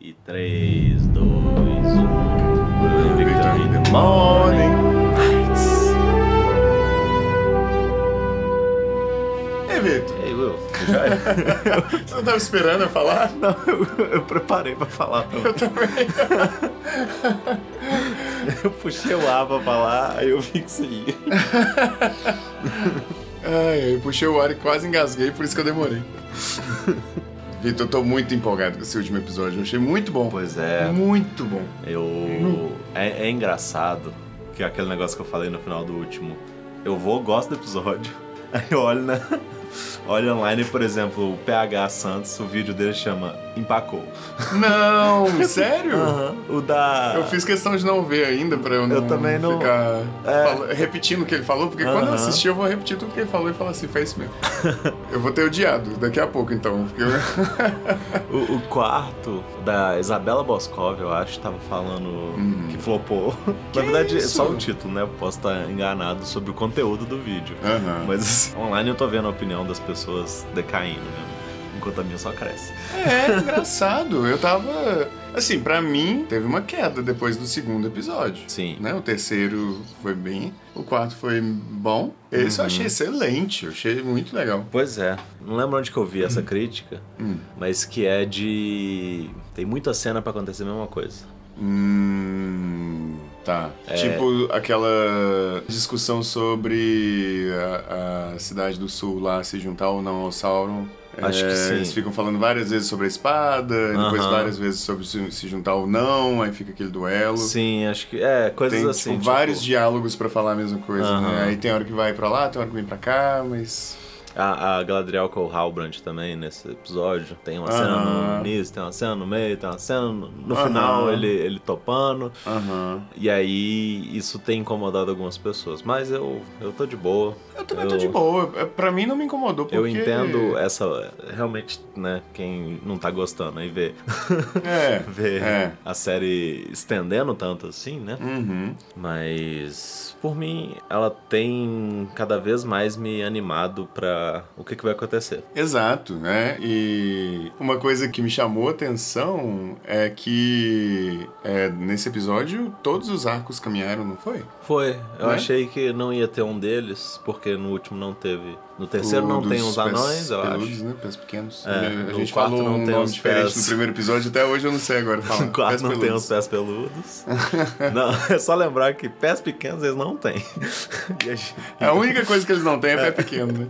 E 3, 2, 1. Victor in the morning. Lights. Ei, Victor, Ei, Will. você não tava esperando eu falar? Não, eu, eu preparei pra falar. Não. Eu também. eu puxei o ar pra falar, aí eu vi que você ia. Ai, eu puxei o ar e quase engasguei, por isso que eu demorei. Victor, eu tô muito empolgado com esse último episódio. Eu achei muito bom. Pois é, Muito bom. eu. É, é engraçado que aquele negócio que eu falei no final do último. Eu vou, gosto do episódio. Aí eu olho na. Olho online, por exemplo, o PH Santos, o vídeo dele chama Empacou. Não, sério? Ah. O da. Eu fiz questão de não ver ainda pra eu não também não- ficar É. fala- repetindo o que ele falou, porque quando Aham. eu assistir eu vou repetir tudo que ele falou e falar assim, faz isso mesmo. eu vou ter odiado daqui a pouco então, porque eu- O, o quarto da Isabela Boscov, eu acho, tava falando que flopou. Que Na verdade, é isso? só o título, né? Eu posso estar enganado sobre o conteúdo do vídeo. Aham. Mas assim, online eu tô vendo a opinião das pessoas decaindo mesmo. Enquanto a minha só cresce. É, engraçado. Eu tava. Assim, pra mim, teve uma queda depois do segundo episódio. Sim. Né? O terceiro foi bem, o quarto foi bom. Esse eu Uhum. achei excelente, eu achei muito legal. Pois é. Não lembro onde que eu vi essa crítica, Hum. mas que é de. Tem muita cena pra acontecer a mesma coisa. Hum. Tá. É. Tipo aquela discussão sobre a, a cidade do sul lá se juntar ou não ao Sauron. É, Acho que sim. Eles ficam falando várias vezes sobre a espada, e depois Aham. várias vezes sobre se, se juntar ou não, aí fica aquele duelo. Sim, acho que. É, coisas Tem tipo, assim. vários diálogos pra falar a mesma coisa, né? Aham. Aí tem hora que vai pra lá, tem hora que vem pra cá, mas. A, a Galadriel com o Halbrand também nesse episódio. Tem uma Aham. cena no início, tem uma cena no meio, tem uma cena no, no Aham. final, ele, ele topando. Aham. E aí isso tem incomodado algumas pessoas. Mas eu, eu tô de boa. Eu também tô de boa. É, Pra mim não me incomodou, porque. Eu entendo essa. Realmente, né? Quem não tá gostando aí vê, É. vê É. a série estendendo tanto assim, né? Uhum. Mas por mim, ela tem cada vez mais me animado pra o que, que vai acontecer. Exato, né? E uma coisa que me chamou a atenção é que é, nesse episódio todos os arcos caminharam, não foi? Foi. Eu Né? achei que não ia ter um deles, porque no último não teve. No terceiro O não dos tem os pés anões, eu peludos, acho. né? Pés pequenos. É, a no gente quarto falou não um tem nome os diferente pés- no primeiro episódio, até hoje eu não sei agora falar. No quarto Pés não tem peludos. os pés peludos. não, é só lembrar que pés pequenos eles não têm. E a gente, A única coisa que eles não têm é pé pequeno, né?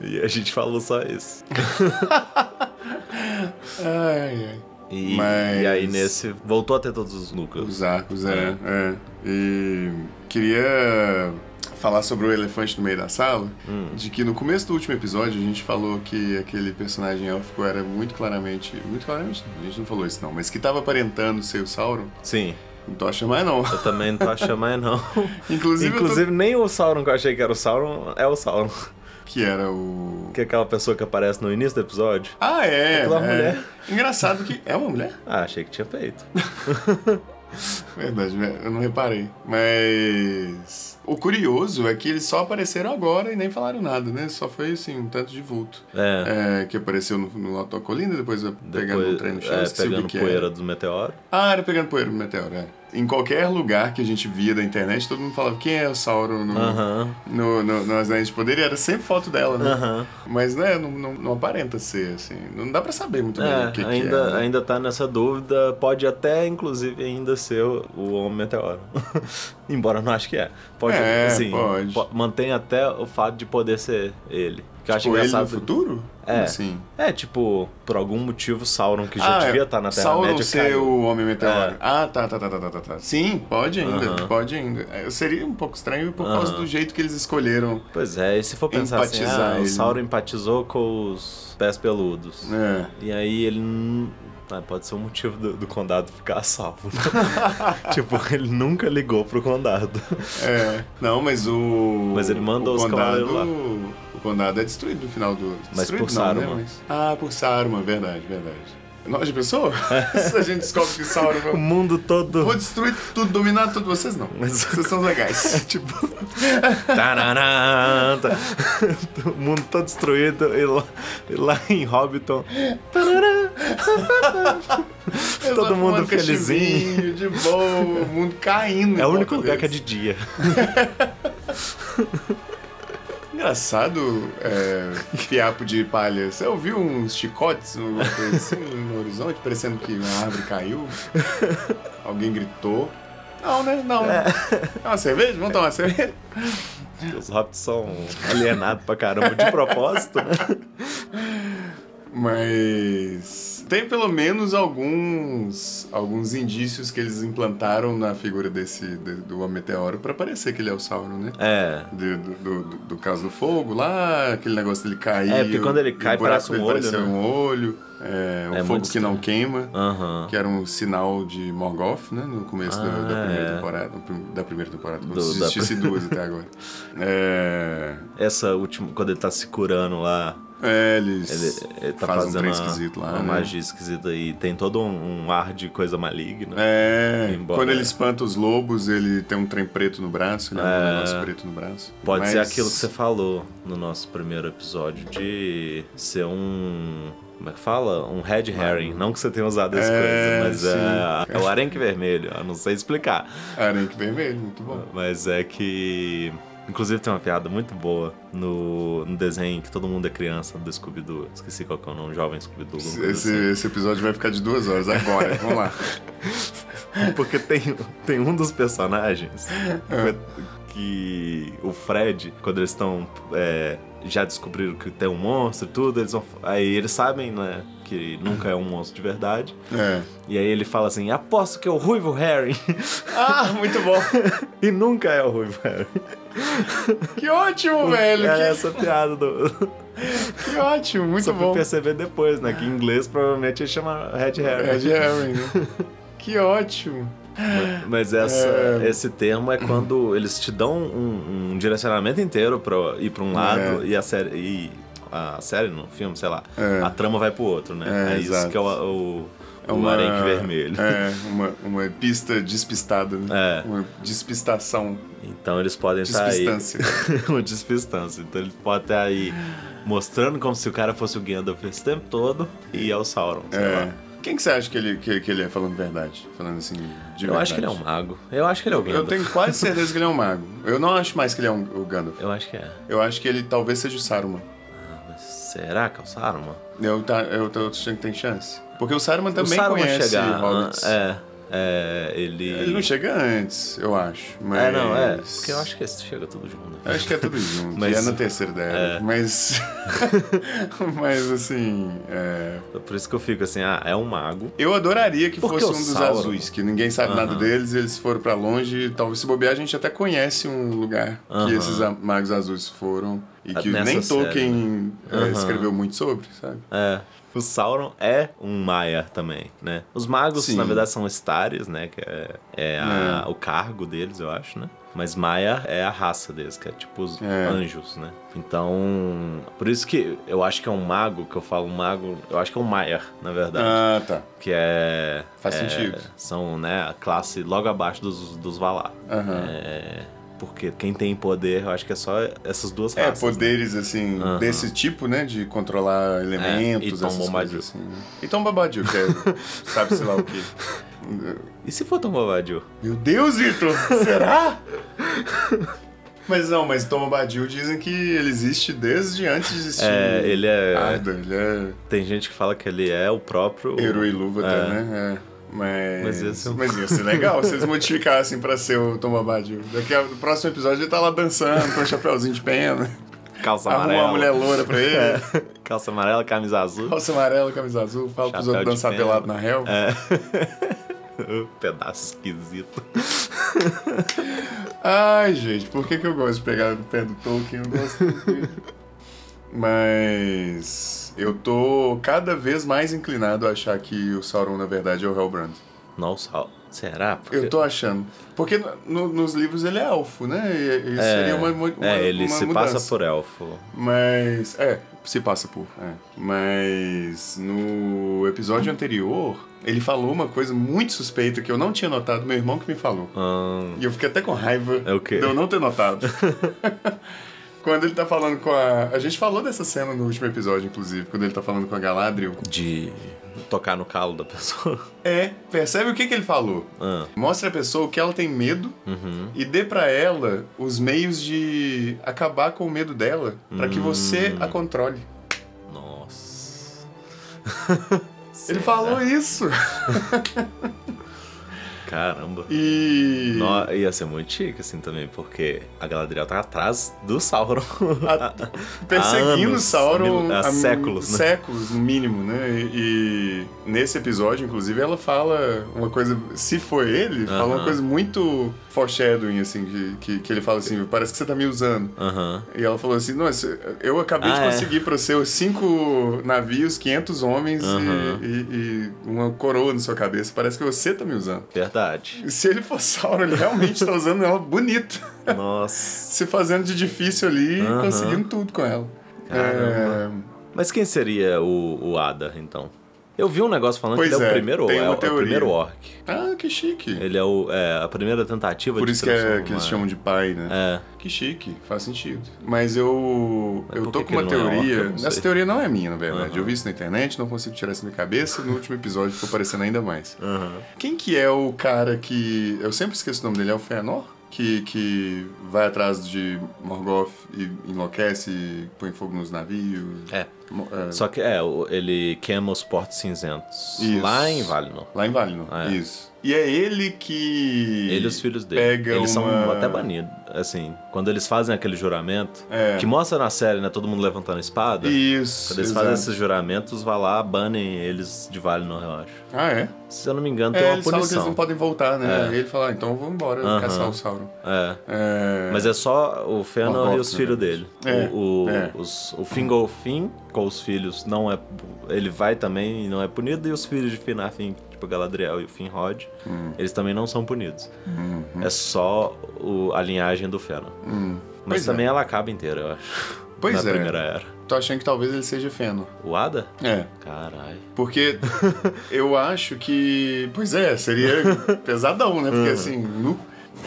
e a gente falou só isso. Ai, ai. E, Mas- e aí nesse. Voltou a ter todos os núcleos. Os arcos, é, é. E queria falar sobre o elefante no meio da sala, Hum. de que no começo do último episódio a gente falou que aquele personagem élfico era muito claramente, muito claramente, não, a gente não falou isso não, mas que tava aparentando ser o Sauron, Sim, não tô achando mais não. eu também não tô achando mais não. Inclusive, eu tô- Inclusive, nem o Sauron que eu achei que era o Sauron é o Sauron. que era o... Que é aquela pessoa que aparece no início do episódio. Ah, é! Aquela é. mulher. Engraçado que... É uma mulher? Ah, achei que tinha feito. Verdade, né? eu não reparei. Mas... O curioso é que eles só apareceram agora e nem falaram nada, né? Só foi, assim, um tanto de vulto. É. É, que apareceu no, no Alto da Colina, depois, pegando um trem no chão, é, esqueci o que pegando que poeira Era. do meteoro. Ah, era pegando poeira no meteoro, é. Em qualquer lugar que a gente via da internet, todo mundo falava quem é o Sauron no, Aham. no, no, no Anéis de Poder, e era sempre foto dela, né? Aham. Mas, né, não, não, não aparenta ser, assim, não dá pra saber muito bem o que É, que ainda, é. né? ainda tá nessa dúvida. Pode até, inclusive, ainda ser o, o Homem Meteoro. Embora eu não acho que é. Pode, É, assim, pode. po- mantém até o fato de poder ser ele. Que eu acho Tipo, ele no engraçado. futuro? É. Como Assim. É, tipo, por algum motivo, Sauron, que já Ah, devia estar na Sauron Terra-média, ser caiu. o Homem Meteoro. É. Ah, tá, tá, tá, tá, tá, tá. Sim, pode ainda, Aham. pode ainda. É, Seria um pouco estranho por causa Aham. do jeito que eles escolheram. Pois é, e se for pensar assim, Empatizar ah, ele. o Sauron empatizou com os pés peludos. É. E aí ele não. Ah, pode ser um motivo do, do condado ficar salvo. né? tipo, ele nunca ligou pro condado. É. Não, mas o. Mas ele manda o os condado, cavaleiros lá. O condado é destruído no final do. Mas destruído por não, Saruman. Né? Mas- Ah, por Saruman, verdade, verdade. Nós de pessoa? Se a gente descobre que É. O Saruman. mundo todo. Vou destruir tudo, dominar tudo, vocês não. Mas- Vocês são legais. tipo. Tararã, tá- o mundo todo destruído. E lá, e lá em Hobbiton. tararã, Todo mundo fumando felizinho. cachimbinho, um De boa, o mundo caindo. em É o único volta lugar que é deles. de dia. Engraçado é, fiapo de palha. Você ouviu uns chicotes, alguma coisa assim, no horizonte, parecendo que uma árvore caiu? Alguém gritou? Não, né? Não. É, uma cerveja? Vamos tomar uma cerveja? Os hobbits são alienados pra caramba de propósito. né? Mas tem pelo menos alguns alguns indícios que eles implantaram na figura desse de- do Homem meteoro pra parecer que ele é o Sauron, né? É. Do, do, do, do caso do fogo lá, aquele negócio dele cair. É, porque quando ele o cai, buraco parece um dele olho, parecer né? um olho, é, o É fogo muito que não estranho. queima, Aham. que era um sinal de Morgoth, né? No começo da, da Ah, primeira é. temporada. Da primeira temporada, como Do- se da- existisse duas até agora. É, Essa última, quando ele tá se curando lá, é, eles ele, ele tá fazem um fazendo trem uma, esquisito lá. uma né? magia esquisita e tem todo um, um ar de coisa maligna. É, Embora- quando ele espanta os lobos, ele tem um trem preto no braço, ele é um É. negócio preto no braço. Pode Mas- ser aquilo que você falou no nosso primeiro episódio de ser um. Como é que fala? Um red herring. Não que você tenha usado essa Ah. É, coisa, mas sim. é, é o arenque vermelho. Eu não sei explicar. Arenque vermelho, muito bom. Mas é que. Inclusive tem uma piada muito boa no, no desenho que todo mundo é criança do Scooby-Doo. Esqueci qual que é o nome, jovem Scooby-Doo. alguma coisa assim. Esse, esse episódio vai ficar de duas horas agora, vamos lá. Porque tem, tem um dos personagens É. que o Fred, quando eles estão. é, já descobriram que tem um monstro e tudo, eles vão. Aí eles sabem, né? Que nunca é um monstro de verdade. É. E aí ele fala assim: aposto que é o Ruivo Harry. Ah, muito bom. e nunca é o Ruivo Harry. Que ótimo, velho. é Que, essa piada do. que ótimo, muito Só fui bom. perceber depois, né? Que em inglês provavelmente ele chama Red Harry. É de Harry, né? Que ótimo. Mas essa- É. esse termo é quando eles te dão um, um direcionamento inteiro pra ir pra um lado e a série. E a série no filme, sei lá, É. a trama vai pro outro, né? É, É, isso exato. que é o, o, o arenque vermelho. É, uma, uma pista despistada, né? É. Uma despistação, Então eles podem estar aí. despistância. uma despistância. Então eles podem estar aí mostrando como se o cara fosse o Gandalf esse tempo todo e é o Sauron, sei lá. É. Quem que você acha que ele, que, que ele é falando verdade? Falando assim, de verdade. Eu acho que ele é um mago. Eu acho que ele é o Gandalf. Eu Eu, tenho quase certeza que ele é um mago. Eu não acho mais que ele é um, o Gandalf. acho que é. Eu acho que ele talvez seja o Saruman. Ah, mas será que é o Sauron? Eu, tá, eu, tô achando que tem chance. Porque o Saruman também o Sauron conhece chega, ah, hobbits. É, é, ele... Ele não chega antes, eu acho. Mas... É, não, é. Porque eu acho que esse chega né? tudo junto. Eu acho que é tudo junto. Mas- E é na terceira da era. Mas. mas assim. é, Por isso que eu fico assim, ah, é um mago. Eu adoraria que Porque fosse um o dos Sauron- azuis, que ninguém sabe nada Aham. deles, eles foram pra longe. Talvez se bobear, a gente até conhece um lugar que Aham. esses a- magos azuis foram e que Nessa nem série, né? Tolkien é, Aham. escreveu muito sobre, sabe? É. O Sauron é um Maia também, né? Os magos, Sim. na verdade, são Stares, né? Que é, é a- o cargo deles, eu acho, né? Mas Maia é a raça deles, que é tipo os É. anjos, né? Então, por isso que eu acho que é um mago, que eu falo mago, eu acho que é um Maia, na verdade. Ah, tá. Que é. Faz é, sentido. São, né, a classe logo abaixo dos, dos Valar. Aham. É, porque quem tem poder, eu acho que é só essas duas É, raças. né? poderes assim, Aham. É, desse tipo, né? De controlar elementos, e Tom essas Bombadil. coisas assim. Né? E Tom Bombadil, que é, sabe, sei lá o que. E se for Tom Bombadil? Meu Deus, Vitor! Será? mas não, mas Tom Bombadil dizem que ele existe desde antes de existir. É, ele é. Arda, ele é Tem gente que fala que ele é o próprio. Herói Luva, até, É. né? É. Mas, Mas ia ser um- mas ia ser legal se eles modificassem pra ser o Tom Bombadil. Daqui a, no próximo episódio ele tá lá dançando com o chapéuzinho de pena. Calça Arruma amarela. uma mulher loura pra ele. É. Calça amarela, camisa azul. Calça amarela, camisa azul, fala pros Chapéu outros de dançar pena. pelado na relva. É. Um pedaço esquisito. Ai, gente, por que, que eu gosto de pegar no pé do Tolkien? Eu gosto do Mas eu tô cada vez mais inclinado a achar que o Sauron, na verdade, é o Hellbrand. Não, sal. Será? Porque... Eu tô achando. Porque no- nos livros ele é elfo, né? E- e Isso É, seria uma, mu- uma é, ele uma se mudança. passa por elfo. Mas. É, se passa por. é. Mas no episódio anterior, ele falou uma coisa muito suspeita que eu não tinha notado, meu irmão que me falou. Hum, E eu fiquei até com raiva É o quê? de eu não ter notado. Quando ele tá falando com a. A gente falou dessa cena no último episódio, inclusive, quando ele tá falando com a Galadriel. De tocar no calo da pessoa. É, percebe o que, que ele falou. Ah, Mostre a pessoa o que ela tem medo uhum. e dê pra ela os meios de acabar com o medo dela pra Hum. que você a controle. Nossa. Ele falou isso. Caramba. E No- ia ser muito chique, assim, também, porque a Galadriel tá atrás do Sauron. Há- perseguindo há o anos, Sauron mil- há séculos, né? séculos, no mínimo, né? E, e nesse episódio, inclusive, ela fala uma coisa, se for ele, fala uma Aham. coisa muito foreshadowing, assim, que, que, que ele fala assim, parece que você tá me usando. Aham. E ela falou assim, não, isso- eu acabei de Ah, é. conseguir para os seus cinco navios, 500 homens e- Aham. e, e uma coroa na sua cabeça, parece que você tá me usando. Verdade. E se ele for Sauron, ele realmente tá usando ela bonito Nossa. se fazendo de difícil ali e Aham. conseguindo tudo com ela. Caramba. É, Mas quem seria o, o Ada, então? Eu vi um negócio falando Pois que ele é, é, o primeiro tem é, uma o- é o teoria. primeiro orc. Ah, que chique. Ele é, o, é a primeira tentativa Por de isso que, é, transformar- que eles chamam de pai, né? É, Que chique, faz sentido. Mas eu Mas eu por tô que com que uma ele não é orca? teoria. Eu não sei. Essa teoria não é minha, na verdade. Aham. Eu vi isso na internet, não consigo tirar isso da minha cabeça. No último episódio ficou parecendo ainda mais. aham. Quem que é o cara que. Eu sempre esqueço o nome dele, é o Fëanor? Que, que vai atrás de Morgoth e enlouquece, e põe fogo nos navios. É. Mo- é, Só que é, o- ele queima os portos cinzentos Isso. lá em Valinor. Lá em Valinor, Ah, é. isso. E é ele que... Ele e os filhos dele. Pega eles são uma- até banidos. Assim, quando eles fazem aquele juramento, É. que mostra na série, né? Todo mundo levantando a espada. Isso, Quando eles exato. fazem esses juramentos, vai lá, banem eles de Valinor, eu acho. Ah, é? Se eu não me engano, tem é Então uma eles falam que eles punição. não podem voltar, né? É. Aí ele fala, ah, então eu vou embora Aham. caçar o Sauron. É. É... Mas é só o Fëanor Morgoth, e os filhos né? dele. É, O, o, é. Os, o Fingolfin com os filhos não é. Ele vai também e não é punido. E os filhos de Finarfin, tipo Galadriel e o Finrod, Hum. eles também não são punidos. Hum, hum, É só o- a linhagem do Fëanor. hum. Mas Pois também ela acaba inteira, eu acho. Pois Na é. primeira era. Tô achando que talvez ele seja Fëanor. O Ada? É, Caralho. porque eu acho que... Pois é, seria pesadão, né? Porque assim, nu...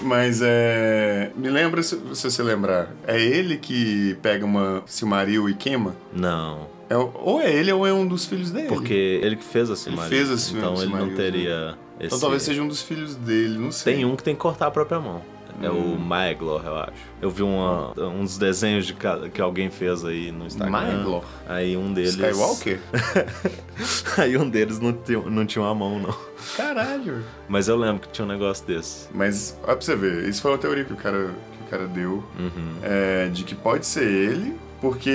Mas é... Me lembra, se se você lembrar, é ele que pega uma Silmaril e queima? Não. É, o- ou é ele ou é um dos filhos dele. Porque ele que fez a Silmaril. fez a Sil- Então ele Silmaril, não teria. Esse... Então talvez seja um dos filhos dele, não sei. Tem um que tem que cortar a própria mão. É Hum. o Maeglor, eu acho. Eu vi uma, uns desenhos de ca- que alguém fez aí no Instagram. Maeglor? Aí um deles. Skywalker? aí um deles não, tinha- não tinha uma mão, não. Caralho. Mas eu lembro que tinha um negócio desse. Mas, ó, pra você ver, isso foi uma teoria que o cara, que o cara deu, Uhum. é, de que pode ser ele,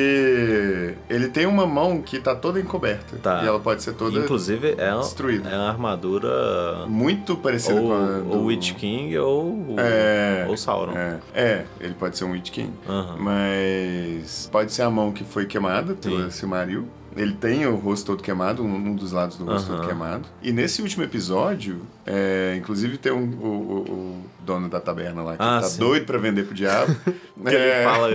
porque ele tem uma mão que tá toda encoberta. Tá. E ela pode ser toda Inclusive, é, um- destruída. é uma armadura. Muito parecida com a Ou, do... ou Witch King ou. É. Ou Sauron. É. É, ele pode ser um Witch King. Aham. Mas pode ser a mão que foi queimada pelo Sim. Silmaril. Ele tem o rosto todo queimado, um um dos lados do rosto Aham. todo queimado. E nesse último episódio, é, inclusive tem um- o, o- o dono da taberna lá que Ah, tá sim. doido pra vender pro diabo. Que ele É, fala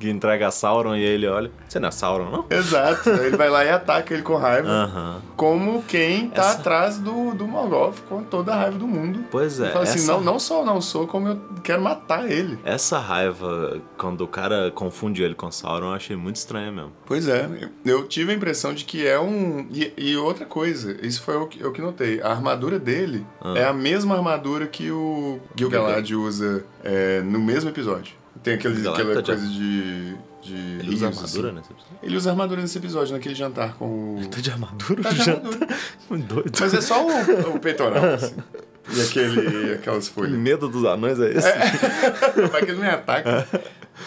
que entrega a Sauron e ele olha. Você não é Sauron, não? Exato. Aí Ele vai lá e ataca ele com raiva. Aham. Como quem tá Ah. Essa- atrás do, do Morgoth com toda a raiva do mundo. Pois é. Ele fala assim, essa- não, não só eu não sou, como eu quero matar ele. Essa raiva, quando o cara confunde ele com Sauron, eu achei muito estranha mesmo. Pois é, eu tive a impressão de que é um. E, e outra coisa, isso foi o que, eu que notei. A armadura dele Ah. é a mesma armadura que o Gil Galad usa é, no mesmo episódio. Tem aquele, Gil-galad aquela tá de- coisa de. de Ele usa rios, armadura assim. nesse episódio? Ele usa armadura nesse episódio, naquele jantar com o. Tá de armadura? Tá de armadura. Muito doido. Mas é só o, o peitoral, assim. E aquele, aquelas folhas. medo dos anões é esse? Vai que ele me ataca.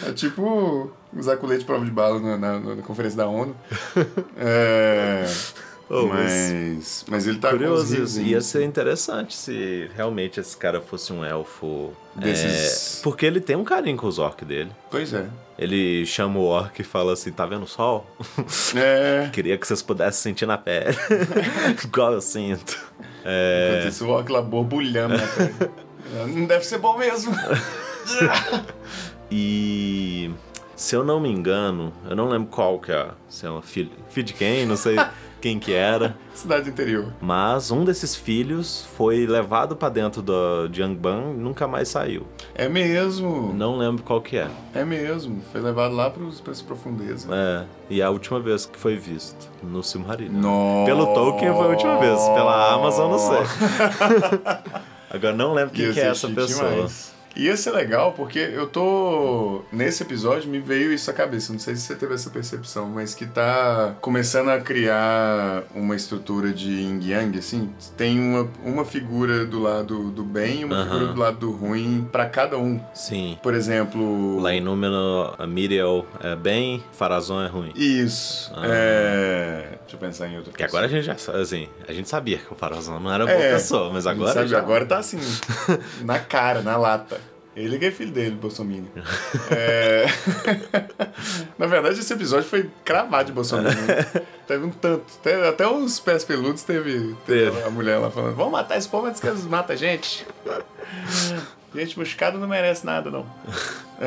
É tipo usar colete de prova de bala na, na- na conferência da ONU. É, Oh, mas- mas, mas ele tá Curioso com isso. assim, Ia ser interessante se realmente esse cara fosse um elfo. Desses- é, Porque ele tem um carinho com os orc dele. Pois é. Ele chama o orc e fala assim: tá vendo o sol? É. Queria que vocês pudessem sentir na pele. Igual eu sinto. É, Enquanto isso, o Orc lá borbulhando. na pele. né, Não deve ser bom mesmo. E se eu não me engano, eu não lembro qual que é, se é uma filha, filha de quem, não sei. quem que era. Cidade interior. Mas um desses filhos foi levado pra dentro do, de Yangban e nunca mais saiu. É mesmo. Não lembro qual que é. É mesmo. Foi levado lá pros, pra essa profundeza. É, e é a última vez que foi visto no Silmarillion. No... Pelo Tolkien foi a última vez, pela Amazon não sei. Agora não lembro quem Ia que é ser essa chique pessoa. demais. Ia ser legal, porque eu tô. Nesse episódio me veio isso à cabeça. Não sei se você teve essa percepção, mas que tá começando a criar uma estrutura de yin yang, assim. Tem uma, uma figura do lado do bem e uma Aham. figura do lado do ruim pra cada um. Sim. Por exemplo. Lá em Númenor, a Miriel é bem, Farazon é ruim. Isso. Ah. É... Deixa eu pensar em outra Porque coisa. agora a gente já sabe, assim, a gente sabia que o Farazon não era boa É, pessoa, mas A gente agora sabe, já... agora tá assim, na cara, na lata. Ele que é filho dele, Bolsonaro. É... na verdade, esse episódio foi cravado de Bolsonaro. Teve um tanto. Até, até os pés peludos teve, teve Teve. a mulher lá falando: vamos matar esse povo antes que eles matam a gente. gente buscada não merece nada, não.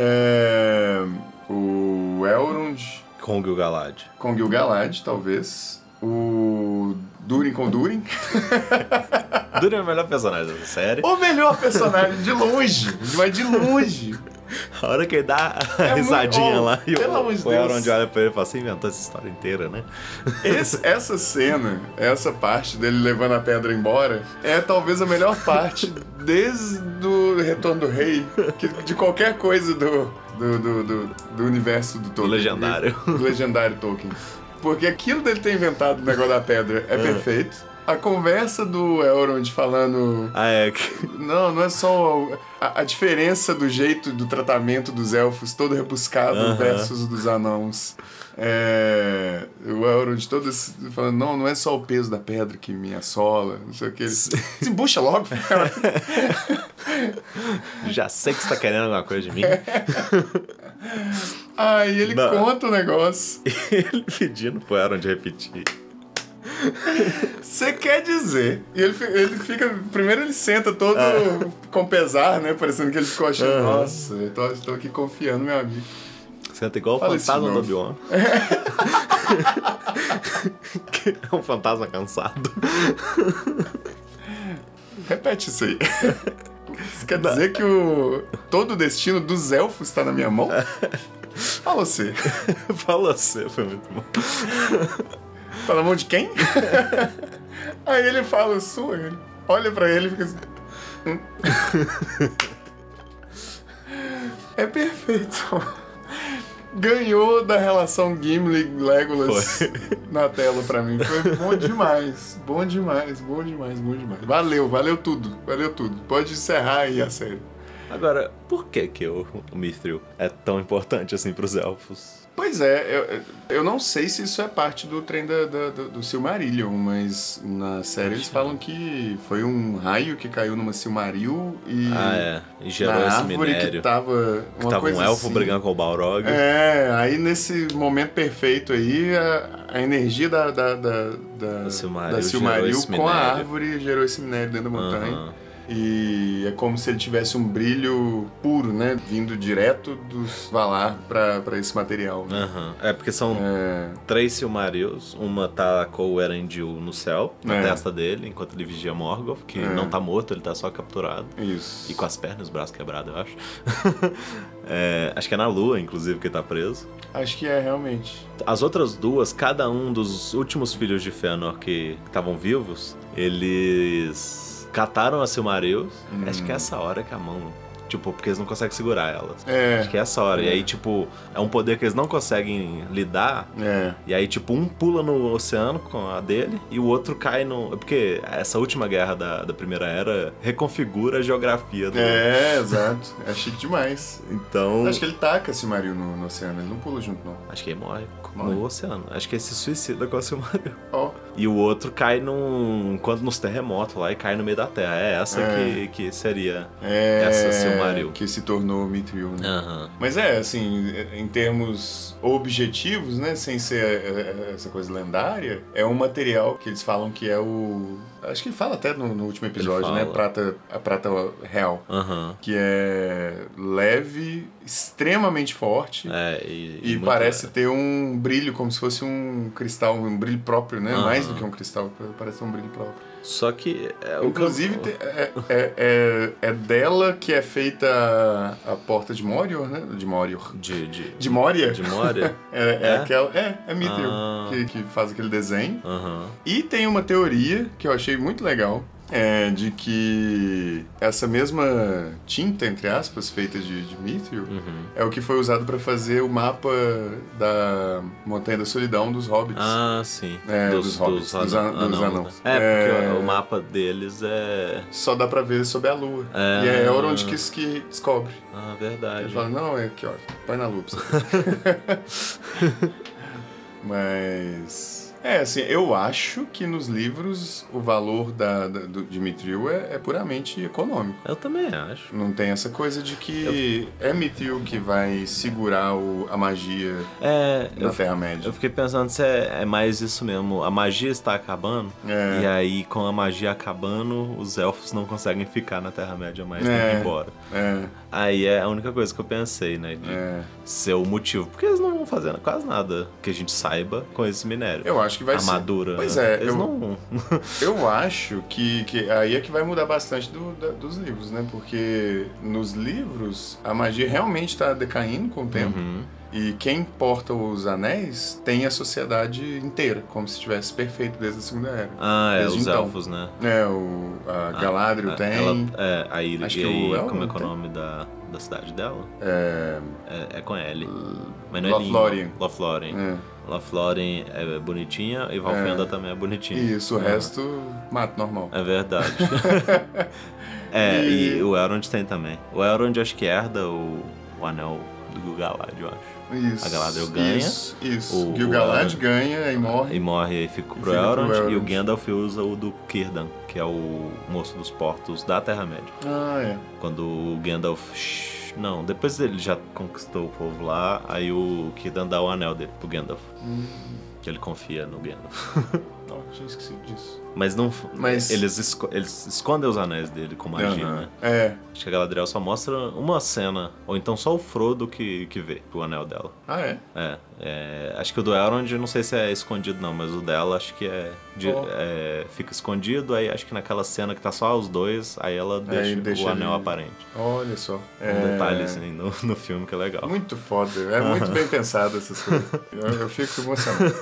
É... O Elrond com o Gil-galad. com Gil-galad, talvez. O Durin com Durin. Durin é o melhor personagem dessa série. O melhor personagem, de longe. Mas de longe. A hora que ele dá a É muito risadinha bom. lá e Pelo o, amor de o Elrond Deus. olha pra ele e fala assim, inventou essa história inteira, né? Esse- essa cena, essa parte dele levando a pedra embora, é talvez a melhor parte desde o Retorno do Rei, que- de qualquer coisa do, do, do, do, do universo do Tolkien. legendário. Do legendário Tolkien. Porque aquilo dele ter inventado o negócio da pedra é perfeito. A conversa do Elrond falando Ah, é. que- Não, não é só a, a diferença do jeito do tratamento dos elfos, todo rebuscado, Aham. versus dos anãos. É, o Elrond todo esse- falando, não, não é só o peso da pedra que me assola, não sei o que. Ele se embucha logo. Já sei que você tá querendo alguma coisa de mim. Aí ele Não. conta o negócio. ele pedindo pro Elrond repetir. Você quer dizer? E ele, fi- ele fica. Primeiro ele senta todo com pesar, né? Parecendo que ele ficou achando, Ah. Aham. nossa, eu tô, tô aqui confiando, meu amigo. Senta igual o Fala isso fantasma do de Obi-Wan. novo. Que é um fantasma cansado. Repete isso aí. Isso quer dizer que o todo o destino dos elfos está na minha mão? Fala você. Fala você, foi muito bom. Tá na mão de quem? Aí ele fala sua, ele olha pra ele e fica assim. "Hum?" É perfeito. Ganhou da relação Gimli Legolas Foi. na tela pra mim. Foi bom demais. Bom demais, bom demais, bom demais. Valeu, valeu tudo. Valeu tudo. Pode encerrar aí a série. Agora, por que que o, o Mithril é tão importante assim pros elfos? Pois é, eu, eu não sei se isso é parte do trem da, da- do, do Silmarillion, mas na série eles falam que foi um raio que caiu numa Silmaril e Ah, é. E gerou na esse árvore que minério. tava uma Que tava coisa um elfo assim. brigando com o Balrog. É, aí nesse momento perfeito aí, a, a energia da, da, da, da, Da Silmaril da Silmaril gerou esse com a minério. árvore gerou esse minério dentro da montanha. Aham. E é como se ele tivesse um brilho puro, né? Vindo direto dos Valar pra, pra esse material. Né? Aham. É, porque são É. três Silmarils. Uma tá com o Erendil no céu, na É. testa dele, enquanto ele vigia Morgoth, que É. não tá morto, ele tá só capturado. Isso. E com as pernas e os braços quebrados, eu acho. É, acho que é na lua, inclusive, que ele tá preso. Acho que é, realmente. As outras duas, cada um dos últimos filhos de Fëanor que estavam vivos, eles cataram a Silmarils. Hum. Acho que é essa hora que a mão... Tipo, porque eles não conseguem segurar elas. É. Acho que é essa hora. E aí, tipo, é um poder que eles não conseguem lidar, É. E aí, tipo, um pula no oceano com a dele e o outro cai no. é Porque essa última guerra da, da Primeira Era reconfigura a geografia do. É, exato. É chique demais. Então. Acho que ele taca esse Mario no, no oceano, ele não pula junto, não. Acho que ele morre Morre. no oceano. Acho que ele se suicida com a Silmaril. Ó. E o outro cai num. Quando nos terremotos lá e cai no meio da terra. É essa Que, É. que seria. É. Essa Silmaril. Que se tornou Mithril, né? Aham. Mas é, assim, em termos objetivos, né? Sem ser é, é, essa coisa lendária, é um material que eles falam que é o Acho que ele fala até no, no último episódio, fala. né? Prata, a prata real. Aham. Que é leve, extremamente forte. É, e, E muito- parece ter um brilho como se fosse um cristal, um brilho próprio, né? Aham. Mais do que um cristal, parece um brilho próprio. Só que. É, o que eu- Inclusive, te- é, é- é- é dela que é feita a, a porta de Morior, né? De Morior. De, de, De Moria? de Moria? É, é É? aquela. É, é Mithril, Ah. que, que faz aquele desenho. Aham. E tem uma teoria que eu achei muito legal. É de que essa mesma tinta, entre aspas, feita de, de Mithril, Uhum. é o que foi usado para fazer o mapa da Montanha da Solidão dos Hobbits. Ah, sim. É, dos hobbits, dos an- dos anãos. né? É, porque É. o- o mapa deles é. Só dá pra ver sob a lua. É. E é Elrond que, que descobre. Ah, Ele verdade. fala, não, é aqui, ó, põe na lupa. Mas. É, assim, eu acho que nos livros o valor da, da- do, de Mithril é, é puramente econômico. Eu também acho. Não tem essa coisa de que é Mithril que vai segurar o- a magia É. da Eu, Terra-média. eu fiquei pensando se é, é mais isso mesmo. A magia está acabando. É. E aí, com a magia acabando, os elfos não conseguem ficar na Terra-média mais, tem que É. ir embora. É, Aí é a única coisa que eu pensei, né? De é. ser o motivo. Porque eles não vão fazer quase nada que a gente saiba com esse minério. Eu acho que vai ser. Armadura. Pois é, Eles eu- não. Eu acho que, que aí é que vai mudar bastante do- da- dos livros, né? Porque nos livros a magia realmente está decaindo com o tempo. Uhum. E quem porta os anéis tem a sociedade inteira, como se estivesse perfeito desde a Segunda Era. Ah, é, Desde os então. elfos, né? É, o a Galadriel Ah, tem. Ela, é, aí, Acho e que o aí, Elrond como é que é o tem. nome da, da cidade dela? É, É, é com L. Mas não é Lothlórien. Lin, Lothlórien. é, Lothlórien é bonitinha e Valfenda também é bonitinha. e isso, o Ah, resto mata normal. É verdade. é, e... E- o Elrond tem também. O Elrond acho que herda o, o anel do Galad, eu acho. Isso. A Galadriel ganha. Isso. isso. O- que o o Galad Elrond- ganha e morre. E morre e fica pro Fica pro Elrond, E o Elrond. Gandalf usa o do Círdan, que é o moço dos portos da Terra-média. Ah, é. Quando o Gandalf. shh, Não, depois ele já conquistou o povo lá, aí o Círdan dá o anel dele pro Gandalf. Hum, Que ele confia no Gandalf. ó, tinha esquecido disso. Mas não. Mas- Eles, esco- eles escondem os anéis dele com magia, Aham. né? É. Acho que a Galadriel só mostra uma cena, ou então só o Frodo que, que vê o anel dela. Ah, é. É, é, acho que o do Elrond, não sei se é escondido não, mas o dela acho que é, de- Ó. é, fica escondido, aí acho que naquela cena que tá só os dois, aí ela deixa, deixa o ele- anel aparente. Olha só. É... Um detalhe assim no, no filme que é legal. Muito foda, é muito bem pensado essas coisas. Eu, eu fico emocionado.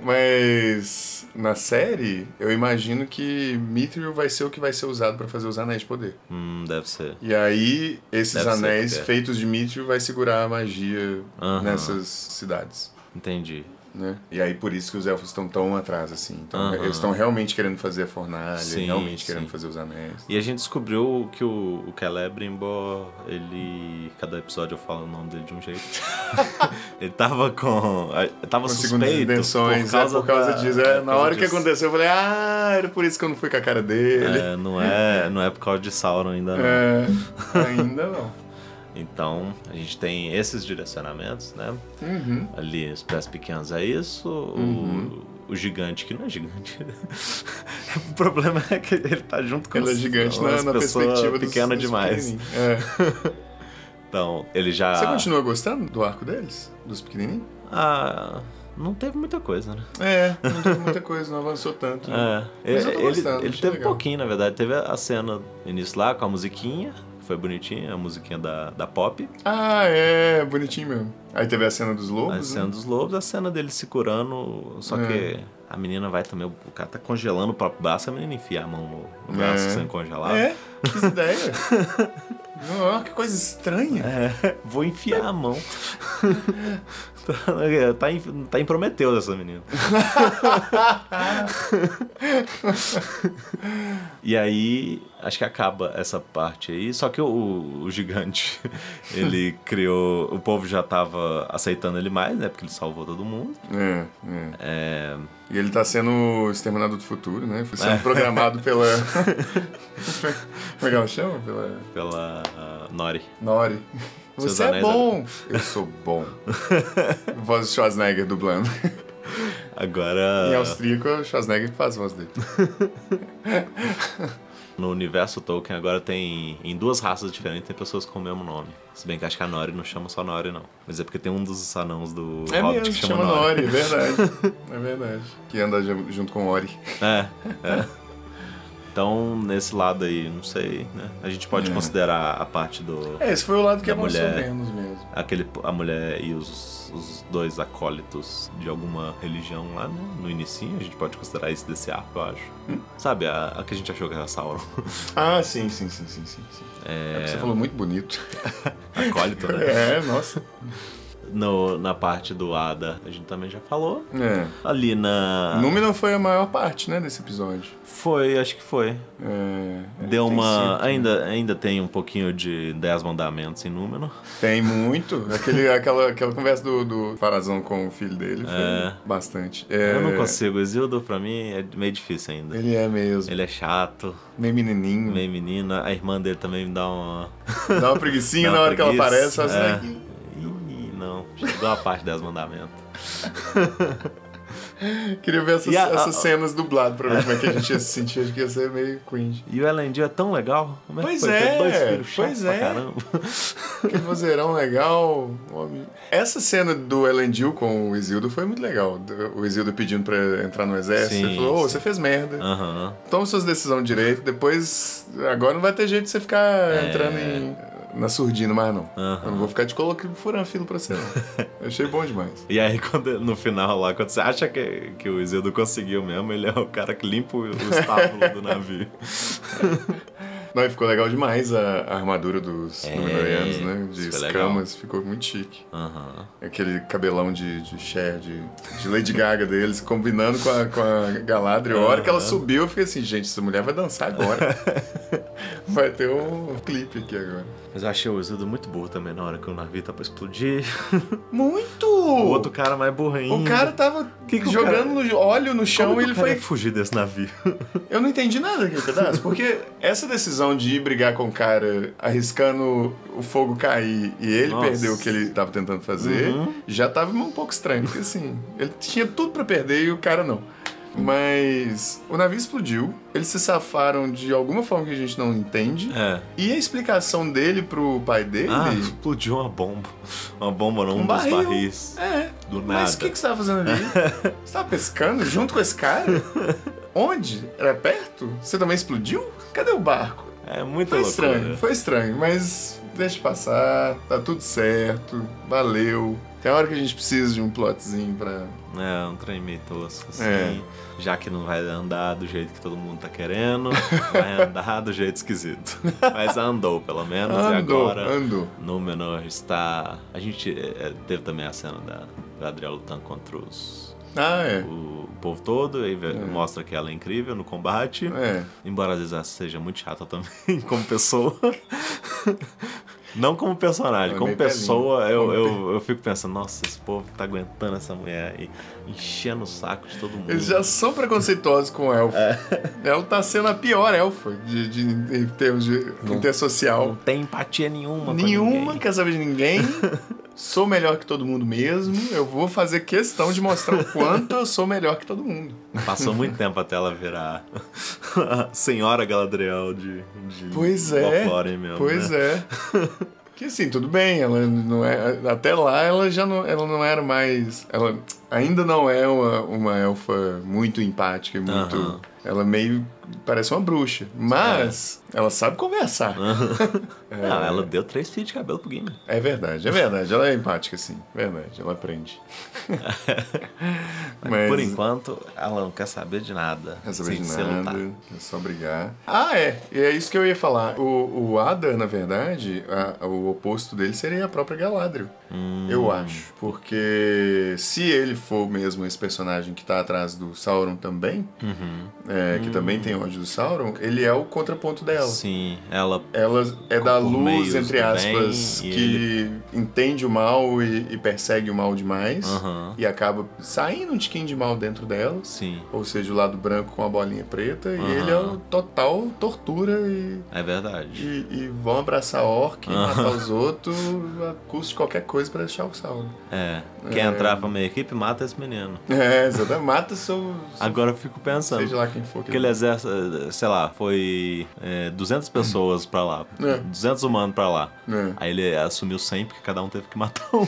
Mas na série, eu imagino que Mithril vai ser o que vai ser usado pra fazer os anéis de poder. Hum, deve ser. E aí, esses Deve ser, anéis porque- é. feitos de Mithril vai segurar a magia Aham. nessas cidades. Entendi. Né? E aí, por isso que os elfos estão tão atrás, assim. Então, Aham. Eles estão realmente querendo fazer a fornalha, Sim, realmente querendo sim. fazer os anéis. E a gente descobriu que o, o Celebrimbor, ele. Cada episódio eu falo o nome dele de um jeito. ele tava com. a- Tava Com segundas suspeito. intenções, é por causa da- disso. por É, na causa hora que disso. aconteceu, eu falei, ah, era por isso que eu não fui com a cara dele. É, não é, não é por causa de Sauron ainda, não. É, ainda não. Então, a gente tem esses direcionamentos, né? Uhum. Ali, as peças pequenas é isso. o- Uhum. O, gigante, que não é gigante. né? o problema é que ele tá junto com Ele é as- gigante na, umas na pessoa perspectiva dos, pequena dos demais. pequenininhos. É. Então, ele já. Você continua gostando do arco deles? Dos pequenininhos? Ah, não teve muita coisa, né? É, não teve muita coisa, não avançou tanto. É, Mas eu tô ele, gostando, ele achei teve legal. pouquinho, na verdade. Teve a cena no início lá com a musiquinha, que foi bonitinha, a musiquinha da, da pop. Ah, é, bonitinho mesmo. Aí teve a cena dos A lobos. cena dos lobos, a cena dele se curando, só É. que a menina vai também, o cara tá congelando o próprio braço, a menina enfia a mão no, no braço É. sem congelar. né? É, que ideia. Ó, que coisa estranha. É, vou enfiar a mão. tá, tá, em, tá em Prometeus essa menina. e aí, acho que acaba essa parte aí. Só que o, o gigante, ele criou. O povo já tava aceitando ele mais, né? Porque ele salvou todo mundo. É, é. E ele tá sendo o exterminador do futuro, né? Foi sendo programado pela. Como é que ela chama? Pela. Pela ah, Nori. Nori. Seus Você é anéis bom. Eu sou bom. Voz do Schwarzenegger dublando. Agora. Em austríaco, é o Schwarzenegger que faz a voz dele. No universo Tolkien agora tem. Em duas raças diferentes tem pessoas com o mesmo nome. Se bem que acho que a Nori não chama só Nori, não. Mas é porque tem um dos anãos do É Hobbit mesmo, que chama, Nori, é verdade. É verdade. Que anda ju- junto com o Ori. É, é. Então, nesse lado aí, não sei, né? A gente pode É. considerar a parte do. É, esse foi o lado que Da avançou mulher. menos mesmo. Aquele, a mulher e os, os dois acólitos de alguma religião lá né? no inicinho, a gente pode considerar isso desse arco, eu acho. Hum. Sabe, a, a que a gente achou que era Sauron. Ah, sim, sim, sim, sim, sim. sim. É... porque você falou muito bonito. Acólito, né? É, nossa. No, na parte do Ada, a gente também já falou. É. Ali na. Númenor foi a maior parte, né, desse episódio. Foi, acho que foi. É, ele Deu tem uma. cinco, né? ainda, ainda tem um pouquinho de Dez Mandamentos em número. Tem muito. Aquele, aquela, aquela conversa do, do Farazão com o filho dele foi É. bastante. É, Eu não consigo. Isildo, pra mim, é meio difícil ainda. Ele é mesmo. Hum. Ele é chato, Meio menininho. meio menina. A irmã dele também me dá uma. Dá uma preguicinha dá uma na hora que ela aparece. preguiça. Fala assim, É. Ih, não. Chegou a parte dos mandamentos. "Ai, Queria ver essas, E a- essas a- cenas dubladas pra ver como é que a gente ia se sentir. Acho que ia ser meio cringe. E o Elendil é tão legal. Como é que Pois foi ter é, dois filhos chatos pois pra é. caramba? Que vozeirão legal. um homem- Essa cena do Elendil com o Isildo foi muito legal. O Isildo pedindo pra entrar no exército. Sim, ele falou, ô, sim. você fez merda. Aham. Toma suas decisões direito. Depois, agora não vai ter jeito de você ficar entrando em, na surdina mais, não. Aham. Eu não vou ficar te colocando, furando filo pra você, não. Eu achei bom demais. E aí, quando, no final lá, quando você acha que, que o Isildo conseguiu mesmo, ele é o cara que limpa o, o estábulo do navio. Não, e ficou legal demais a, a armadura dos É, Númenóreanos, né? De isso foi escamas, ficou muito chique. Aham. Aquele cabelão de, de Cher, de, de Lady Gaga deles, combinando com a, com a Galadriel. A hora que ela subiu, eu fiquei assim, gente, essa mulher vai dançar agora. Vai ter um clipe aqui agora. Mas eu achei o Isildo muito burro também na hora que o navio tá pra explodir. Muito! O outro cara mais burro ainda. O cara tava Que que o jogando no- óleo no chão Como e que ele o cara foi. ia fugir desse navio. Eu não entendi nada daquele pedaço, porque essa decisão de ir brigar com o cara arriscando o fogo cair e ele Nossa. perder o que ele tava tentando fazer, Uhum. já tava um pouco estranho, porque assim, ele tinha tudo pra perder e o cara não. Mas o navio explodiu, eles se safaram de alguma forma que a gente não entende. É. E a explicação dele pro pai dele Ah, explodiu uma bomba. Uma bomba não, um, dos Um barril. barris. é, Do nada. Mas o que, que você tava fazendo ali? você tava pescando junto com esse cara? Onde? Era perto? Você também explodiu? Cadê o barco? É muito Foi loucura. estranho, foi estranho, mas deixa passar, tá tudo certo, valeu. Tem hora que a gente precisa de um plotzinho pra. É, um trem meio tosco, assim. É. Já que não vai andar do jeito que todo mundo tá querendo, vai andar do jeito esquisito. Mas andou, pelo menos, e Andou, agora... andou. Númenor está. A gente eh, teve também a cena da, da Adriel lutando contra os, Ah, é. o povo todo, e ve- É. mostra que ela é incrível no combate. É. Embora às vezes ela seja muito chata também, como pessoa. Não como personagem, Ela é como meio pelinha. pessoa, eu, Como eu, eu fico pensando, nossa, esse povo tá aguentando essa mulher aí, enchendo o saco de todo mundo. Eles já são preconceituosos com o elfo. É. Ela tá sendo a pior elfa de, de- em termos de Não intersocial. tem empatia nenhuma. com Nenhuma ninguém. quer saber de ninguém. Sou melhor que todo mundo mesmo. Eu vou fazer questão de mostrar o quanto eu sou melhor que todo mundo. Passou muito tempo até ela virar a senhora Galadriel de, de Pois é, folclore mesmo. Pois né? é. Que assim, tudo bem, ela não é. Até lá ela já não, ela não era mais. Ela ainda não é uma, uma elfa muito empática e muito. Aham. Ela meio. parece uma bruxa. Mas ela sabe conversar. É. Não, ela deu três fios de cabelo pro Gimli. É verdade, é verdade. Ela é empática, sim. Verdade, ela aprende. Mas- Por enquanto, ela não quer saber de nada. Quer sem saber tá. de ser nada, lutar. é só brigar. Ah, é. E é isso que eu ia falar. O, o Ada, na verdade, a- o oposto dele seria a própria Galadriel. Hum. Eu acho. Uhum. Porque se ele for mesmo esse personagem que tá atrás do Sauron também, é, é, que também tem ódio do Sauron, ele é o contraponto dela. Hum. Sim, ela. Ela é da Por luz, meios entre do bem, aspas, e que entende o mal e, e persegue o mal demais. Aham. E acaba saindo um tiquinho de mal dentro dela. Sim, Ou seja, o lado branco com a bolinha preta. Aham. E ele é o total tortura e, é verdade. e- e vão abraçar orc, e Aham. matar os outros a custo de qualquer coisa pra deixar o né? Sauron. É. Quer entrar pra minha equipe, mata esse menino. É, exatamente. Mata seu... Agora eu fico pensando. Seja lá quem for. que- Aquele exército, eh, sei lá, foi eh, 200 pessoas pra lá, É. 200 humanos pra lá. É. Aí ele assumiu 100 porque cada um teve que matar um.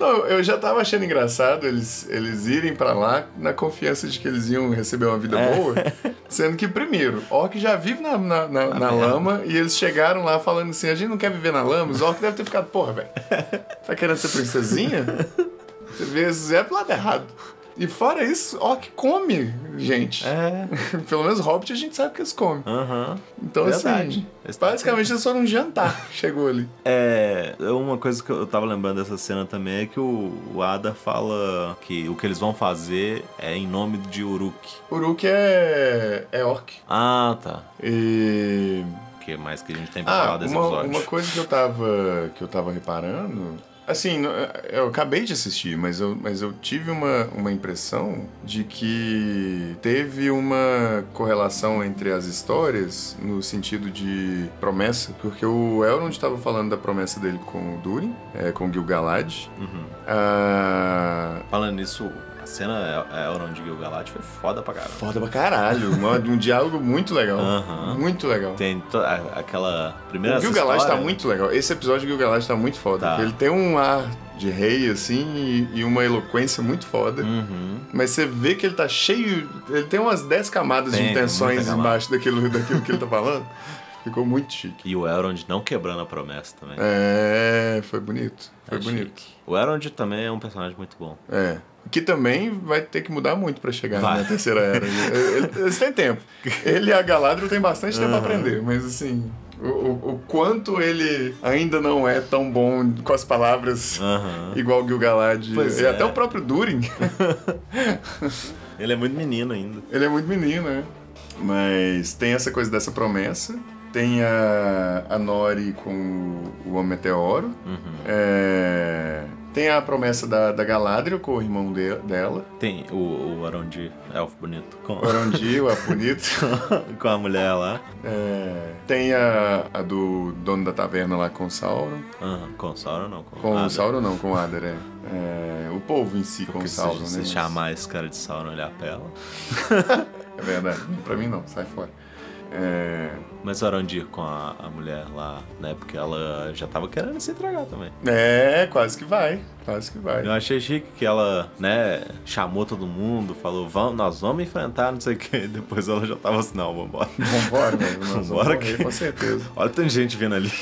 Não, eu já tava achando engraçado eles, eles irem pra lá na confiança de que eles iam receber uma vida É. boa. Sendo que, primeiro, Orc já vive na, na, na- merda. na lama e eles chegaram lá falando assim: a gente não quer viver na lama. Os Orc devem ter ficado, porra, velho, tá querendo ser princesinha? Você vê, isso é pro lado errado. E fora isso, Orc come, gente. É, Pelo menos Hobbit a gente sabe que eles comem. aham. Então, Verdade. assim, basicamente eles foram jantar, chegou ali. É, uma coisa que eu tava lembrando dessa cena também é que o, o Ada fala que o que eles vão fazer é em nome de Uruk. Uruk é, é Orc. Ah, tá. E O que mais que a gente tem pra Ah, falar desse uma, episódio? uma coisa que eu tava que eu tava reparando, assim, no- eu acabei de assistir, mas eu, mas eu tive uma, uma impressão de que teve uma correlação entre as histórias no sentido de promessa, porque o Elrond tava falando da promessa dele com o Durin, é, com o Gil-galad. Uhum. Ah, Falando nisso, a cena é, é Elrond e Gilgalad foi foda pra caralho. foda pra caralho, uma- um diálogo muito legal, Aham. muito legal. Tem to- a- aquela primeira O Gilgalad tá história- muito legal. Esse episódio do Gilgalad tá muito foda. Tá. porque Ele tem um ar de rei, assim, e, e uma eloquência muito foda. Uhum. Mas você vê que ele tá cheio. Ele tem umas 10 camadas Tem, de tem intenções muita camada. embaixo daquilo, daquilo que ele tá falando. Ficou muito chique. E o Elrond não quebrando a promessa também. É, foi bonito. Foi É bonito. chique. O Elrond também é um personagem muito bom. É. Que também vai ter que mudar muito pra chegar Vai. na terceira era. É, Ele- Eles têm tempo. Ele e a Galadriel têm bastante tempo pra aprender, mas assim. O, o- o quanto ele ainda não é tão bom com as palavras Aham. igual o Gil-galad. Pois E é. até o próprio Durin, Ele é muito menino ainda. ele é muito menino, né? Mas tem essa coisa dessa promessa. Tem a, a Nori com o Homem Meteoro. Uhum. É, tem a promessa da, da Galadriel com o irmão de- dela. Tem o, o Elrond, elfo bonito, com, O Arondil, a Bonito. com a mulher lá. É, tem a, a do dono da taverna lá com o Sauron. Aham, Com o Sauron não, com, Com Ada. o Sauron não, com o Adar, é. É, O povo em si com Porque o se- Sauron, né? se, Mas- chamar esse cara de Sauron, ele apela. É verdade. Pra mim não, sai fora. É, Mas o Arondir com a, a mulher lá, né? Porque ela já tava querendo se entregar também. É, quase que vai. Quase que vai. Eu achei chique que ela, né, chamou todo mundo, falou, vamos, nós vamos enfrentar, não sei o quê. Depois ela já tava assim, não, vambora. né? Vambora, velho. Nós vamos Vambora morrer, que- com certeza. Olha, tem gente vindo ali.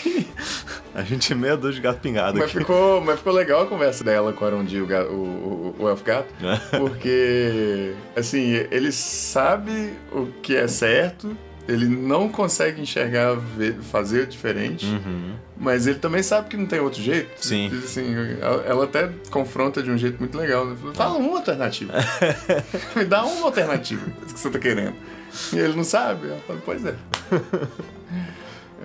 A gente é meia dor de gato pingado Mas aqui. ficou, mas ficou legal a conversa dela com o Arondi, o, ga- o, o, o Elfgato, É. porque, assim, ele sabe o que é certo, ele não consegue enxergar, ver- fazer diferente, Uhum. mas ele também sabe que não tem outro jeito. Sim. Diz Assim, ela ela até confronta de um jeito muito legal. Né? Fala, Fala uma alternativa. Me dá uma alternativa que você tá querendo. E ele não sabe. Ela fala, pois é.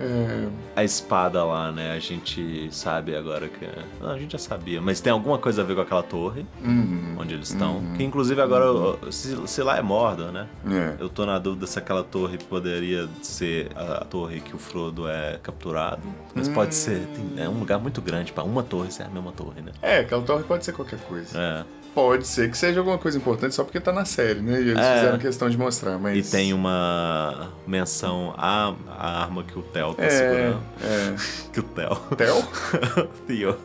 É, A espada lá, né? A gente sabe agora que. é- Não, a gente já sabia. Mas tem alguma coisa a ver com aquela torre uhum, onde eles estão. Que inclusive agora, eu- se, se lá é Mordor, né? é. Eu tô na dúvida se aquela torre poderia ser a, a torre que o Frodo é capturado. Mas Hum. pode ser. tem- é um lugar muito grande pra uma torre ser a mesma torre, né? É, aquela torre pode ser qualquer coisa. É. Pode ser que seja alguma coisa importante só porque tá na série, né? E eles É. fizeram questão de mostrar, E mas... tem um uma menção à, à arma que o Theo tá É, segurando. é. Que o Theo. Tel? Theo.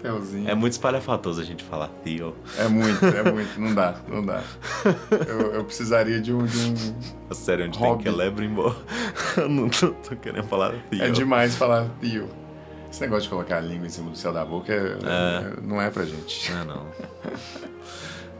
Telzinho. É muito espalhafatoso a gente falar Theo. É muito, é muito. Não dá, não dá. Eu, eu precisaria de um- de um, A série onde Hobby. tem Celebrimbor. Eu não tô, tô querendo falar assim, Theo. É demais falar pio. Esse negócio de colocar a língua em cima do céu da boca é- não é pra gente. Ah, não.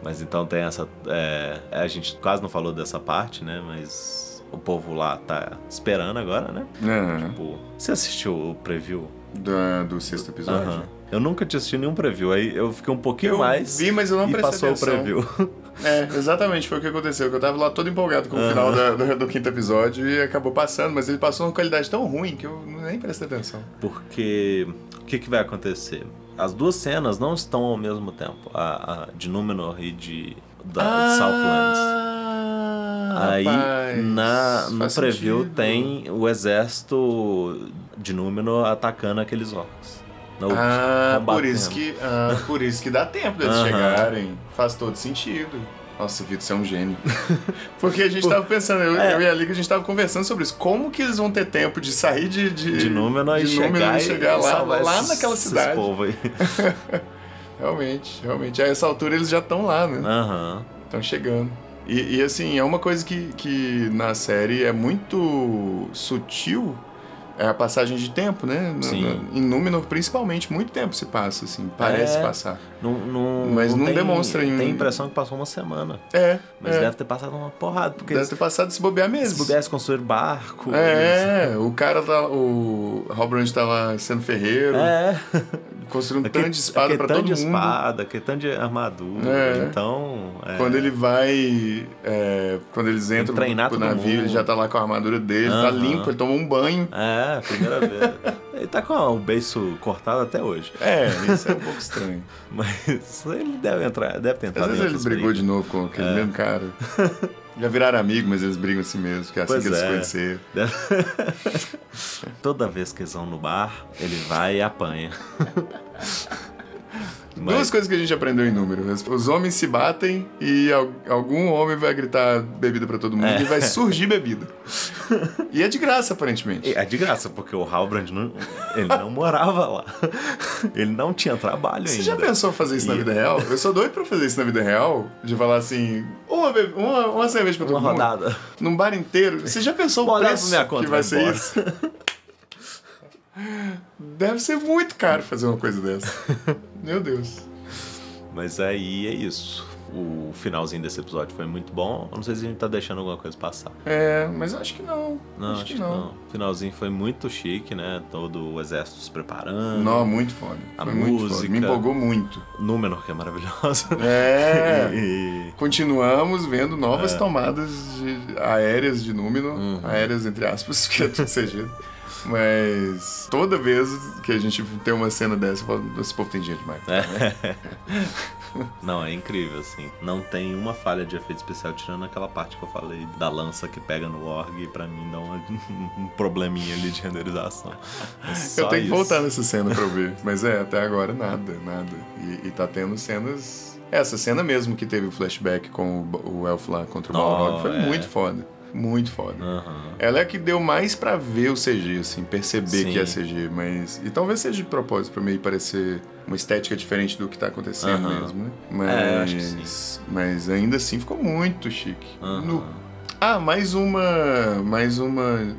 Mas então tem essa. é, a gente quase não falou dessa parte, né? Mas o povo lá tá esperando agora, né? Não, não, não. Tipo, você assistiu o preview? Do, do sexto episódio? Aham. Eu nunca tinha assistido nenhum preview. Aí eu fiquei um pouquinho Eu mais. vi, mas eu não e prestei passou atenção. o preview. É, exatamente, foi o que aconteceu. Que eu tava lá todo empolgado com o final da- do, do quinto episódio e acabou passando, mas ele passou uma qualidade tão ruim que eu nem prestei atenção. Porque o que, que vai acontecer? As duas cenas não estão ao mesmo tempo. A, a de Númenor e de, da, Ah, de Southlands. Aí rapaz, na, no faz preview sentido. tem o exército de Númenor atacando aqueles orcs. No- Ah, por combatendo. isso que, ah, por isso que dá tempo deles Aham. chegarem. Faz todo sentido. Nossa, Vitor, você é um gênio. Porque a gente tava pensando, eu, É. eu e a Liga, a gente tava conversando sobre isso. Como que eles vão ter tempo de sair de, de, De Númenor e de Númenor chegar, e chegar lá, salvar lá esses- naquela esses cidade? povo aí. Realmente, realmente. A essa altura eles já estão lá, né? Aham. Estão chegando. E, e, assim, é uma coisa que, que na série é muito sutil. É a passagem de tempo, né? Na- Sim. na- em Númenor, principalmente, muito tempo se passa, assim. Parece É. passar. Não, não, Mas não tem- demonstra em- Tem a impressão que passou uma semana. É. Mas é. deve ter passado uma porrada, porque Deve ter passado de se bobear se mesmo. pudesse construir barco. É, é, o cara tá. O Robrand tá lá sendo ferreiro, É. construindo Aquele- tanto de espada aquele pra tanto todo de mundo. espada, aquele tanto de armadura. É. Então. é. Quando ele vai. é, quando eles que entram treinar pro todo mundo. navio, ele já tá lá com a armadura dele, tá Aham. limpo, ele toma um banho. É, primeira vez. Ele tá com o beiço cortado até hoje. É, isso é um pouco estranho. Mas ele deve entrar, deve tentar. Às vezes ele eles brigou de novo com aquele É. mesmo cara. Já viraram amigo, mas eles brigam assim mesmo, que é assim Pois que eles se é. conheceram. Toda vez que eles vão no bar, ele vai e apanha. Mas- Duas coisas que a gente aprendeu em número. Os homens se batem e al- algum homem vai gritar bebida pra todo mundo É. e vai surgir bebida. e é de graça, aparentemente. É de graça, porque o Halbrand não, ele não morava lá. Ele não tinha trabalho Você ainda. já pensou fazer isso na E- vida real? Eu sou doido pra fazer isso na vida real. De falar assim, uma, be- uma, uma cerveja pra todo Uma mundo. rodada. Num bar inteiro. Você já pensou o Bora preço pra minha conta, que vai vai ser embora. isso? Deve ser muito caro fazer uma coisa dessa. Meu Deus. Mas aí é isso. O finalzinho desse episódio foi muito bom. Eu não sei se a gente tá deixando alguma coisa passar. É, mas eu acho que não. Não, acho, que não. O finalzinho foi muito chique, né? Todo o exército se preparando. Não, muito foda. A Foi muito música. foda. Me empolgou muito. Númenor, que é maravilhosa. É. E- Continuamos vendo novas tomadas de- aéreas de Númenor. É. Uhum. Aéreas, entre aspas, porque é tudo CG. Mas toda vez que a gente tem uma cena dessa, eu falo, esse povo tem dinheiro demais. É. Não, é incrível, assim. Não tem uma falha de efeito especial, tirando aquela parte que eu falei da lança que pega no org e pra mim dá uma- um probleminha ali de renderização. É Eu só tenho que isso. voltar nessa cena pra eu ver. Mas é, até agora nada, nada. E, e tá tendo cenas. Essa cena mesmo que teve o flashback com o, Ba- o elfo lá contra o Oh, Balrog foi é. muito foda. Muito foda. Aham. Ela é a que deu mais pra ver o CG, assim, perceber Sim. que é CG, mas. E talvez seja de propósito pra meio parecer uma estética diferente do que tá acontecendo Aham. mesmo, né? É, eu acho que Mas. mas ainda assim ficou muito chique. aham. No- ah, mais uma. Mais uma.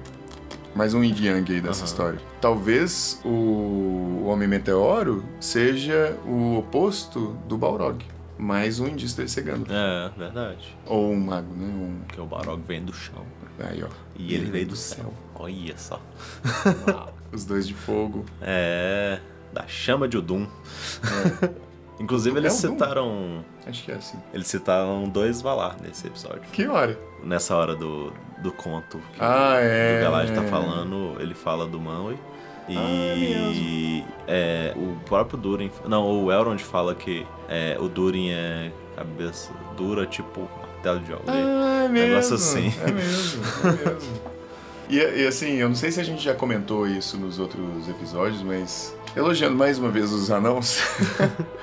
Mais um yin yang aí dessa Aham. história. Talvez o Homem Meteoro seja o oposto do Balrog. Mais um indício dele chegando. É, verdade. Ou um mago, né? Um... Porque o Barog vem do chão. Aí, ó. E ele veio do céu. Olha só. Os dois de fogo. É. Da chama de Udum. É, Inclusive, eles É Udum? citaram. acho que é assim. Eles citaram dois Valar nesse episódio. Que hora? Nessa hora do, do conto que Ah, o, é. Ah, que o Galad tá falando, ele fala do Manwë. E é, o próprio Durin. Não, o Elrond fala que é, o Durin é cabeça dura, tipo martelo de aldeia. Ah, é mesmo. Negócio assim. É mesmo, é mesmo. e, e assim, eu não sei se a gente já comentou isso nos outros episódios, mas elogiando mais uma vez os anãos.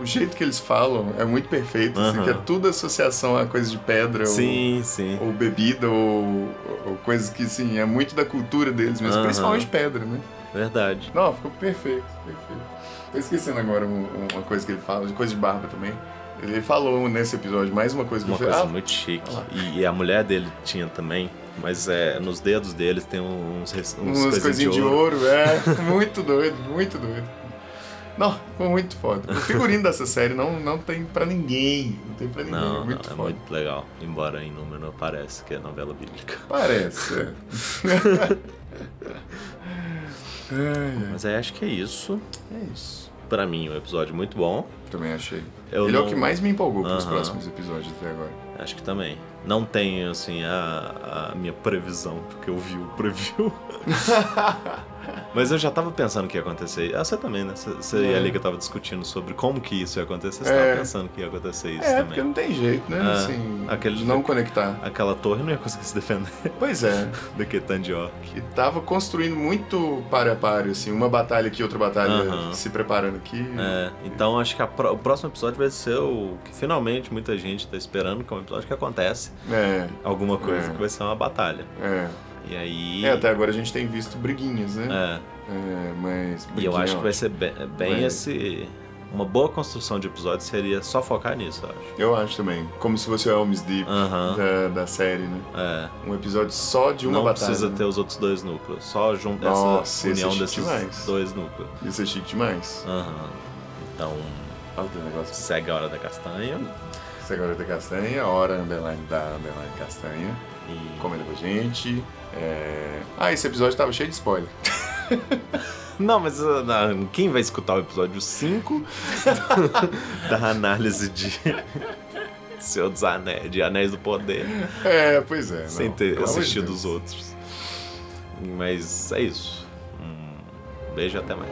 O jeito que eles falam é muito perfeito, assim, Aham. que é tudo associação a coisa de pedra ou- sim, sim. ou, bebida ou, ou coisa que, assim, é muito da cultura deles mesmo, Aham. principalmente pedra, né? Verdade. Não, ficou perfeito, perfeito. Tô esquecendo agora um- um- uma coisa que ele fala, de coisa de barba também. Ele falou nesse episódio mais uma coisa que Uma eu falei, coisa "Ah, muito chique. Olha lá. E, e a mulher dele tinha também. Mas é, nos dedos deles tem uns, uns, Umas coisinhas coisinhas de ouro, é. Muito doido, muito doido. Não, ficou muito foda. O figurino dessa série não, não tem pra ninguém. Não tem pra ninguém. Não, é não, muito é foda. muito legal. Embora em número não pareça que é novela bíblica. Parece. é. Ai, Mas aí acho que é isso. é isso. pra mim, um episódio muito bom. Também achei. Eu Ele é não- o que mais me empolgou pros Aham. próximos episódios até agora. Acho que também. Não tenho, assim, a, a minha previsão, porque eu vi o preview. Mas eu já tava pensando que ia acontecer. Ah, você também, né? Você, você e a É. Liga tava discutindo sobre como que isso ia acontecer. Você É. tava pensando que ia acontecer isso é, porque também. não tem jeito, né? Ah, assim, aquele- de não conectar. Aquela torre não ia conseguir se defender Pois é. daquele tanto de orc. E tava construindo muito pare a pare, assim, uma batalha aqui, outra batalha Aham. se preparando aqui. É, então acho que a pró- o próximo episódio vai ser o que finalmente muita gente tá esperando, que é um episódio que acontece É, alguma coisa, É. que vai ser uma batalha. é. E aí... É, até agora a gente tem visto briguinhas, é. né? É, mas. E eu briguinha acho é que vai ser bem, bem Vai. esse. Uma boa construção de episódio seria só focar nisso, eu acho. Eu acho também. Como se fosse o Elms Deep Aham. da, da série, né? É. Um episódio só de uma não batalha. precisa né? ter os outros dois núcleos. Só junta Nossa, essa esse é união chique desses demais. dois núcleos. Isso é chique demais. Aham. Então, Fala do negócio. segue a hora da castanha. Essa garota castanha, hora underline da underline castanha. E. Comenta com a gente. É... Ah, esse episódio tava cheio de spoiler. Não, mas ah, não, quem vai escutar o episódio 5 da análise de. Senhor dos Anéis, de Anéis do Poder, É, pois é. sem não, ter pelo amor de assistido Deus. os outros. Mas é isso. Um beijo e até mais.